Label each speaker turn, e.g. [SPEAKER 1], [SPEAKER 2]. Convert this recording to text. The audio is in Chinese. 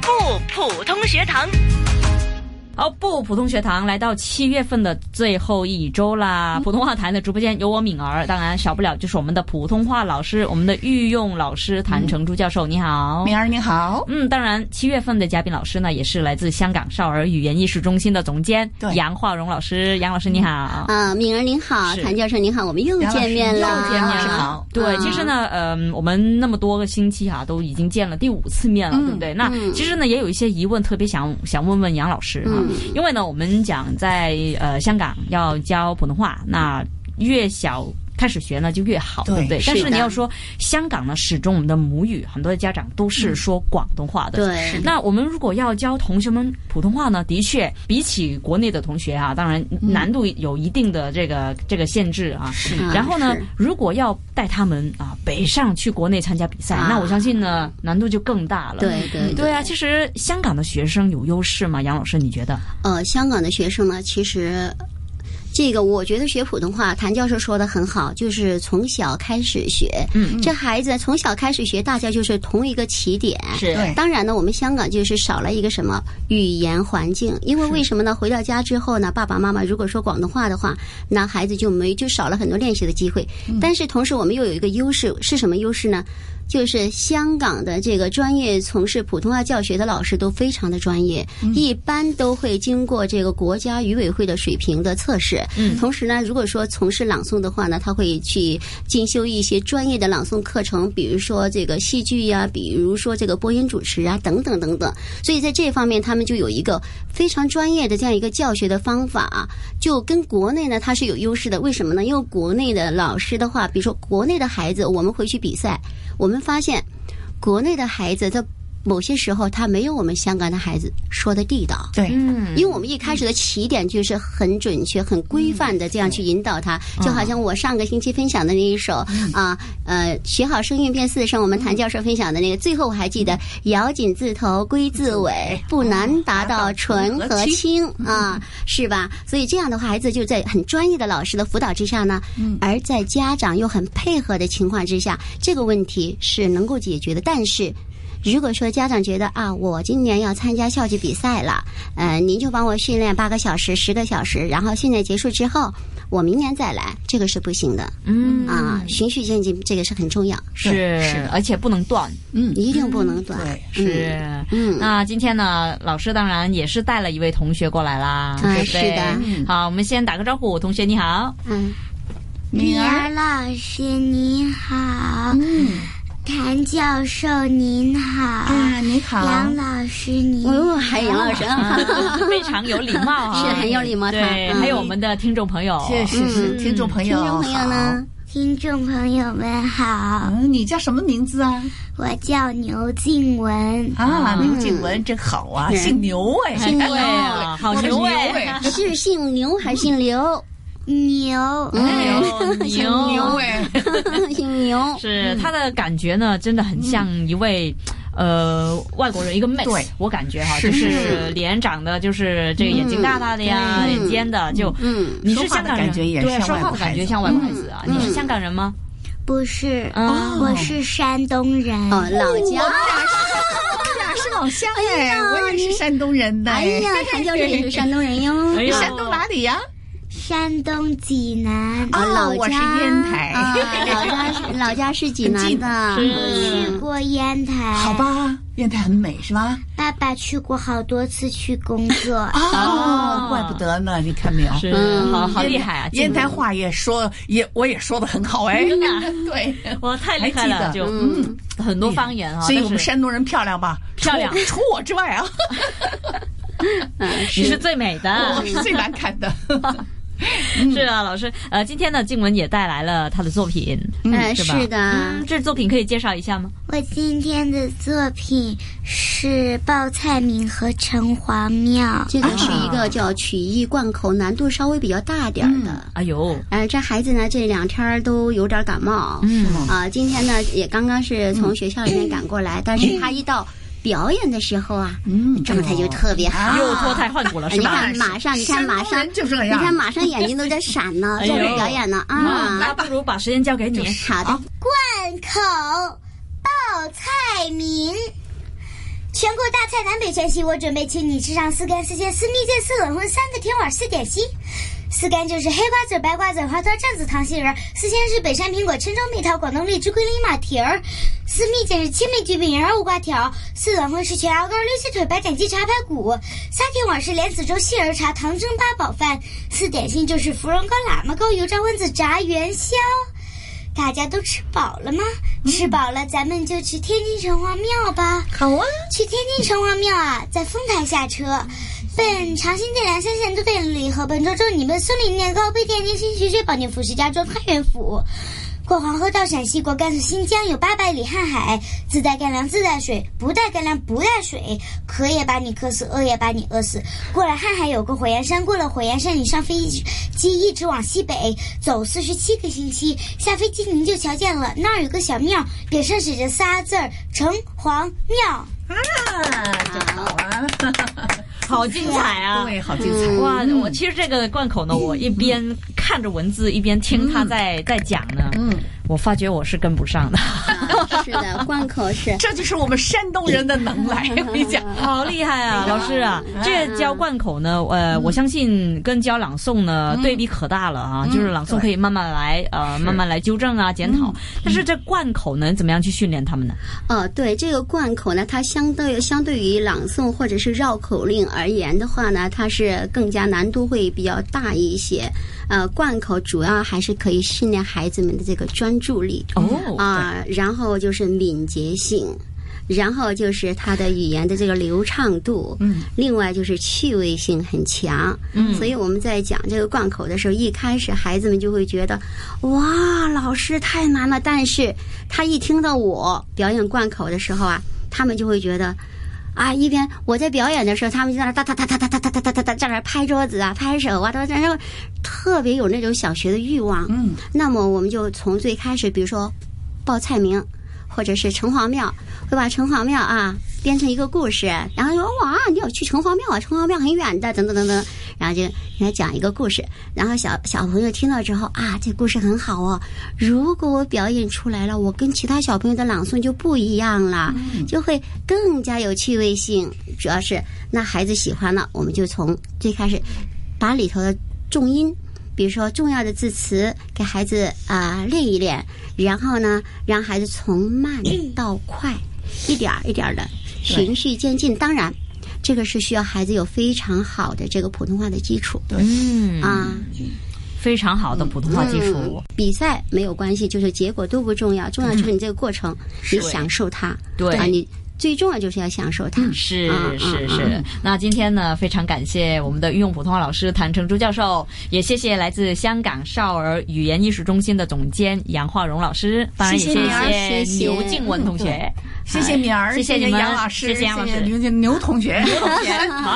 [SPEAKER 1] 普通学堂。
[SPEAKER 2] 哦不，普通学堂来到七月份的最后一周啦！普通话台的直播间有我敏儿，当然少不了就是我们的普通话老师，我们的御用老师谭成珠教授，你好，
[SPEAKER 3] 敏儿你好，
[SPEAKER 2] 嗯，当然七月份的嘉宾老师呢，也是来自香港少儿语言艺术中心的总监
[SPEAKER 3] 对
[SPEAKER 2] 杨化荣老师，杨老师你好。
[SPEAKER 4] 啊，敏儿您好，
[SPEAKER 2] 是
[SPEAKER 4] 谭教授您好，我们又
[SPEAKER 3] 杨老师
[SPEAKER 4] 见面了，
[SPEAKER 3] 又见面
[SPEAKER 2] 嗯
[SPEAKER 3] 了
[SPEAKER 4] 啊
[SPEAKER 3] 好
[SPEAKER 2] 对，其实呢，嗯、我们那么多个星期哈、都已经见了第五次面了，
[SPEAKER 3] 嗯
[SPEAKER 2] 对不对？那
[SPEAKER 4] 嗯
[SPEAKER 2] 其实呢，也有一些疑问，特别想想问问杨老师哈、
[SPEAKER 4] 嗯
[SPEAKER 2] 因为呢，我们讲在呃香港要教普通话，那越小。开始学呢就越好，
[SPEAKER 3] 对
[SPEAKER 2] 对不对？
[SPEAKER 4] 是
[SPEAKER 2] 但
[SPEAKER 4] 的
[SPEAKER 2] 是你要说香港呢，始终我们的母语，很多的家长都是说广东话的。
[SPEAKER 4] 对是的
[SPEAKER 2] 那我们如果要教同学们普通话呢，的确比起国内的同学啊，当然难度有一定的这个、这个限制啊。
[SPEAKER 3] 是
[SPEAKER 4] 啊
[SPEAKER 2] 然后呢
[SPEAKER 4] 嗯是，
[SPEAKER 2] 如果要带他们啊北上去国内参加比赛，
[SPEAKER 4] 啊
[SPEAKER 2] 那我相信呢难度就更大了。
[SPEAKER 4] 对对
[SPEAKER 2] 对啊，其实香港的学生有优势吗？杨老师，你觉得？
[SPEAKER 4] 呃，香港的学生呢，其实这个我觉得学普通话，谭教授说的很好，就是从小开始学。
[SPEAKER 2] 嗯，
[SPEAKER 4] 这孩子从小开始学，大家就是同一个起点。
[SPEAKER 2] 是
[SPEAKER 3] 对
[SPEAKER 4] 当然呢，我们香港就是少了一个什么语言环境，因为为什么呢？回到家之后呢，爸爸妈妈如果说广东话的话，那孩子就没就少了很多练习的机会。但是同时，我们又有一个优势，是什么优势呢？就是香港的这个专业从事普通话教学的老师都非常的专业，一般都会经过这个国家语委会的水平的测试。
[SPEAKER 2] 嗯
[SPEAKER 4] 同时呢，如果说从事朗诵的话呢，他会去进修一些专业的朗诵课程，比如说这个戏剧呀、比如说这个播音主持啊，等等等等。所以在这方面，他们就有一个非常专业的这样一个教学的方法、就跟国内呢它是有优势的。为什么呢？因为国内的老师的话，比如说国内的孩子，我们回去比赛，我们发现国内的孩子在某些时候他没有我们香港的孩子说的地道。
[SPEAKER 3] 对，
[SPEAKER 2] 嗯，
[SPEAKER 4] 因为我们一开始的起点就是很准确、很规范的这样去引导他，就好像我上个星期分享的那一首啊，呃，学好声韵变四声，我们谭教授分享的那个，最后我还记得咬紧字头归字尾，不难达到纯和清啊，是吧？所以这样的话，孩子就在很专业的老师的辅导之下呢，而在家长又很配合的情况之下，这个问题是能够解决的，但是。如果说家长觉得啊，我今年要参加校级比赛了，呃，您就帮我训练八个小时、十个小时，然后训练结束之后，我明年再来，这个是不行的
[SPEAKER 2] 嗯
[SPEAKER 4] 啊，循序渐进，这个是很重要，
[SPEAKER 2] 是
[SPEAKER 3] 是的
[SPEAKER 2] 而且不能断。
[SPEAKER 3] 嗯，
[SPEAKER 4] 一定不能断。
[SPEAKER 3] 对，
[SPEAKER 2] 是，
[SPEAKER 4] 嗯
[SPEAKER 2] 那今天呢，老师当然也是带了一位同学过来啦，
[SPEAKER 4] 哎
[SPEAKER 2] 对不对
[SPEAKER 4] 是的
[SPEAKER 3] 嗯
[SPEAKER 2] 好，我们先打个招呼，同学你好。
[SPEAKER 4] 嗯，
[SPEAKER 3] 敏儿，
[SPEAKER 5] 老师您好，
[SPEAKER 3] 嗯
[SPEAKER 5] 谭教授您好，
[SPEAKER 4] 嗯
[SPEAKER 3] 啊，你好，
[SPEAKER 5] 杨老师您好。
[SPEAKER 4] 哦，还有杨老师 啊，
[SPEAKER 2] 非常有礼貌啊，
[SPEAKER 4] 是很有礼貌他
[SPEAKER 2] 对，
[SPEAKER 4] 嗯
[SPEAKER 2] 还有我们的听众朋友，
[SPEAKER 3] 谢谢是
[SPEAKER 2] 嗯
[SPEAKER 3] 听众朋
[SPEAKER 4] 听
[SPEAKER 3] 友，
[SPEAKER 4] 众朋友呢？
[SPEAKER 5] 听众朋友们
[SPEAKER 3] 好？
[SPEAKER 5] 好，
[SPEAKER 3] 嗯，你叫什么名字啊？
[SPEAKER 5] 我叫牛静文，
[SPEAKER 3] 啊，
[SPEAKER 2] 嗯
[SPEAKER 3] 牛静文真好啊，
[SPEAKER 4] 嗯
[SPEAKER 3] 姓牛哎，
[SPEAKER 2] 姓牛啊好
[SPEAKER 3] 我们
[SPEAKER 2] 牛哎
[SPEAKER 3] 哎，
[SPEAKER 4] 是姓牛还是姓刘？
[SPEAKER 5] 牛
[SPEAKER 4] 嗯
[SPEAKER 2] 牛
[SPEAKER 3] 姓嗯牛
[SPEAKER 2] 哎
[SPEAKER 3] 嗯
[SPEAKER 2] 牛
[SPEAKER 3] 哎，
[SPEAKER 4] 姓牛，
[SPEAKER 2] 是他的感觉呢，真的很像一位。呃，外国人一个 mix，
[SPEAKER 3] 对
[SPEAKER 2] 我感觉哈，
[SPEAKER 3] 是
[SPEAKER 2] 就是脸长得就是这个眼睛大大的呀，
[SPEAKER 4] 嗯
[SPEAKER 2] 眼尖的，就
[SPEAKER 4] 嗯，
[SPEAKER 2] 你是香
[SPEAKER 3] 说话
[SPEAKER 2] 港
[SPEAKER 3] 的
[SPEAKER 2] 人，
[SPEAKER 3] 感觉也
[SPEAKER 2] 对，
[SPEAKER 3] 像
[SPEAKER 2] 说
[SPEAKER 3] 外
[SPEAKER 2] 话
[SPEAKER 3] 国
[SPEAKER 2] 的
[SPEAKER 3] 孩子
[SPEAKER 2] 感觉像外国孩子啊。
[SPEAKER 4] 嗯
[SPEAKER 2] 你是香港人吗？
[SPEAKER 5] 不是，
[SPEAKER 2] 嗯
[SPEAKER 5] 我是山东人。
[SPEAKER 4] 哦，老家。
[SPEAKER 3] 我俩啊是老乡哎，我也是山东人的，
[SPEAKER 4] 哎呀，谭教授也是 山东人哟。
[SPEAKER 2] 哎呀
[SPEAKER 3] 山东哪里呀？
[SPEAKER 5] 山东济南，
[SPEAKER 3] 啊
[SPEAKER 4] 哦，老
[SPEAKER 3] 我是
[SPEAKER 4] 家
[SPEAKER 3] 烟台
[SPEAKER 4] 啊，老家是老家是济南的，
[SPEAKER 2] 哎
[SPEAKER 4] 嗯
[SPEAKER 2] 是
[SPEAKER 5] 去过烟台，
[SPEAKER 3] 好，吧，烟台很美是吧？，
[SPEAKER 5] 爸爸去过好多次去工作
[SPEAKER 3] 哦，怪不得呢，你看没有？
[SPEAKER 2] 是，
[SPEAKER 4] 嗯
[SPEAKER 2] 好好厉害啊！
[SPEAKER 3] 烟台话也说也我也说的很好哎，
[SPEAKER 2] 真的啊
[SPEAKER 3] 对，
[SPEAKER 2] 哇，太厉害了，
[SPEAKER 3] 还记
[SPEAKER 2] 就
[SPEAKER 3] 得
[SPEAKER 2] 嗯，很多方言啊。
[SPEAKER 3] 所以
[SPEAKER 2] 但
[SPEAKER 3] 我们
[SPEAKER 2] 是
[SPEAKER 3] 山东人漂亮吧？
[SPEAKER 2] 漂亮
[SPEAKER 3] 除除我之外啊，
[SPEAKER 4] 嗯，
[SPEAKER 2] 你是
[SPEAKER 4] 是
[SPEAKER 2] 最美的，
[SPEAKER 3] 我是最难看的。
[SPEAKER 2] 是啊，老师。呃，今天呢，静文也带来了他的作品，
[SPEAKER 4] 嗯
[SPEAKER 2] 是吧
[SPEAKER 4] 是的
[SPEAKER 2] 嗯，，这作品可以介绍一下吗？
[SPEAKER 5] 我今天的作品是报菜名和城隍庙。
[SPEAKER 4] 这个是
[SPEAKER 2] 啊
[SPEAKER 4] 一个叫曲艺贯口，难度稍微比较大点儿的。
[SPEAKER 2] 哎呦，
[SPEAKER 4] 呃，这孩子呢，这两天儿都有点感冒，
[SPEAKER 2] 嗯
[SPEAKER 4] 啊，今天呢也刚刚是从学校里面赶过来，但
[SPEAKER 2] 嗯
[SPEAKER 4] 是他一到表演的时候啊，
[SPEAKER 3] 嗯
[SPEAKER 4] 状态就特别好，
[SPEAKER 2] 哎啊又脱胎换骨了，
[SPEAKER 4] 哎
[SPEAKER 2] 是
[SPEAKER 4] 你
[SPEAKER 2] 吧？
[SPEAKER 4] 看马上，你看马
[SPEAKER 3] 山东
[SPEAKER 4] 上
[SPEAKER 3] 人，就这
[SPEAKER 4] 你
[SPEAKER 3] 样
[SPEAKER 4] 看马上眼睛都在闪呢，
[SPEAKER 2] 哎呦嗯
[SPEAKER 4] 做着表演呢
[SPEAKER 2] 啊，
[SPEAKER 4] 啊，
[SPEAKER 2] 那不如把时间交给你。
[SPEAKER 4] 好的，
[SPEAKER 5] 贯口报菜名，全国大菜南北全席，我准备请你吃上四干、四鲜、四蜜饯、四冷荤三个甜碗、四点心。四干就是黑瓜子、白瓜子、花桃、榛子、糖杏仁；四鲜是北山苹果、郴州蜜桃、广东荔枝、桂林马蹄儿；四蜜饯是青梅橘饼、杨肉瓜条；四冷荤是全羊羔、溜心腿、白斩鸡、茶排骨；三天碗是莲子粥、杏仁茶、糖蒸八宝饭；四点心就是芙蓉糕、喇嘛糕、油炸丸子、炸元宵。大家都吃饱了吗？吃饱了，咱们就去天津城隍庙吧。
[SPEAKER 3] 好啊，
[SPEAKER 5] 去天津城隍庙啊，在丰台下车，奔长兴电缆三线都店里和本州州你们松岭念高碑天津新徐水保定府石家庄太原府。过黄河到陕西，过甘肃、新疆，有八百里瀚海。自带干粮，自带水；不带干粮，不带水。渴也把你渴死，饿也把你饿死。过了瀚海有个火焰山，过了火焰山你上飞机一直往西北走四十七个星期，下飞机您就瞧见了，那儿有个小庙，匾上写着仨字儿“城隍庙”。
[SPEAKER 3] 真好啊，
[SPEAKER 2] 好精彩啊！
[SPEAKER 3] 对，好精彩。。
[SPEAKER 2] 哇，我其实这个贯口呢，我一边看着文字，一边听他在在讲呢。嗯，我发觉我是跟不上的，
[SPEAKER 4] 啊 是的，贯口是
[SPEAKER 3] 这就是我们山东人的能耐，我跟你讲。
[SPEAKER 2] 好厉害 啊，老师啊！
[SPEAKER 4] 嗯
[SPEAKER 2] 这教贯口呢，呃，我相信跟教朗诵
[SPEAKER 4] 嗯
[SPEAKER 2] 呢对比可大了啊，就是朗诵可以慢慢来，呃，慢慢来纠正啊、检
[SPEAKER 4] 嗯
[SPEAKER 2] 讨。但是这贯口呢，怎么样去训练他们呢？
[SPEAKER 4] 哦，对，这个贯口呢，它相对相对于朗诵或者是绕口令而言的话呢，它是更加难度会比较大一些。呃，贯口主要还是可以训练孩子们的这个专注力
[SPEAKER 2] 哦，
[SPEAKER 4] 啊、然后就是敏捷性。然后就是它的语言的这个流畅度，嗯，另外就是趣味性很强，嗯，所以我们在讲这个贯口的时候，一开始孩子们就会觉得，哇，老师太难了。但是他一听到我表演贯口的时候啊，他们就会觉得，啊，一边我在表演的时候，他们就在那儿哒哒哒哒哒哒哒哒哒哒哒在那儿拍桌子啊、拍手啊，都在那儿特别有那种想学的欲望。嗯，那么我们就从最开始，比如说报菜名，或者是城隍庙，会把城隍庙啊编成一个故事，然后说哇，你有去城隍庙啊？城隍庙很远的，等等等等，然后就给他讲一个故事，然后小小朋友听到之后啊，这故事很好哦。如果我表演出来了，我跟其他小朋友的朗诵就不一样了，就会更加有趣味性。主要是那孩子喜欢了，我们就从最开始把里头的重音。比如说重要的字词，给孩子啊、练一练，然后呢，让孩子从慢到快，一点儿一点儿的循序渐进。当然，这个是需要孩子有非常好的这个普通话的基础
[SPEAKER 2] 嗯，
[SPEAKER 4] 啊。
[SPEAKER 2] 非常好的普通话基础
[SPEAKER 4] 嗯，比赛没有关系，就是结果都不重要，重要就是你这个过程，你享受它。
[SPEAKER 2] 对
[SPEAKER 4] 啊，你最重要就是要享受它。
[SPEAKER 2] 是
[SPEAKER 4] 嗯
[SPEAKER 2] 是
[SPEAKER 4] 嗯
[SPEAKER 2] 是，那今天呢，非常感谢我们的御用普通话老师谭成珠教授，也谢谢来自香港少儿语言艺术中心的总监杨化荣老师，当然也
[SPEAKER 3] 谢谢
[SPEAKER 2] 谢
[SPEAKER 4] 谢谢
[SPEAKER 2] 牛静 文同学，
[SPEAKER 3] 谢谢敏儿，
[SPEAKER 2] 谢谢
[SPEAKER 3] 谢
[SPEAKER 2] 你们
[SPEAKER 3] 杨老师，
[SPEAKER 2] 谢谢杨老师
[SPEAKER 3] 牛牛同学。
[SPEAKER 2] 好。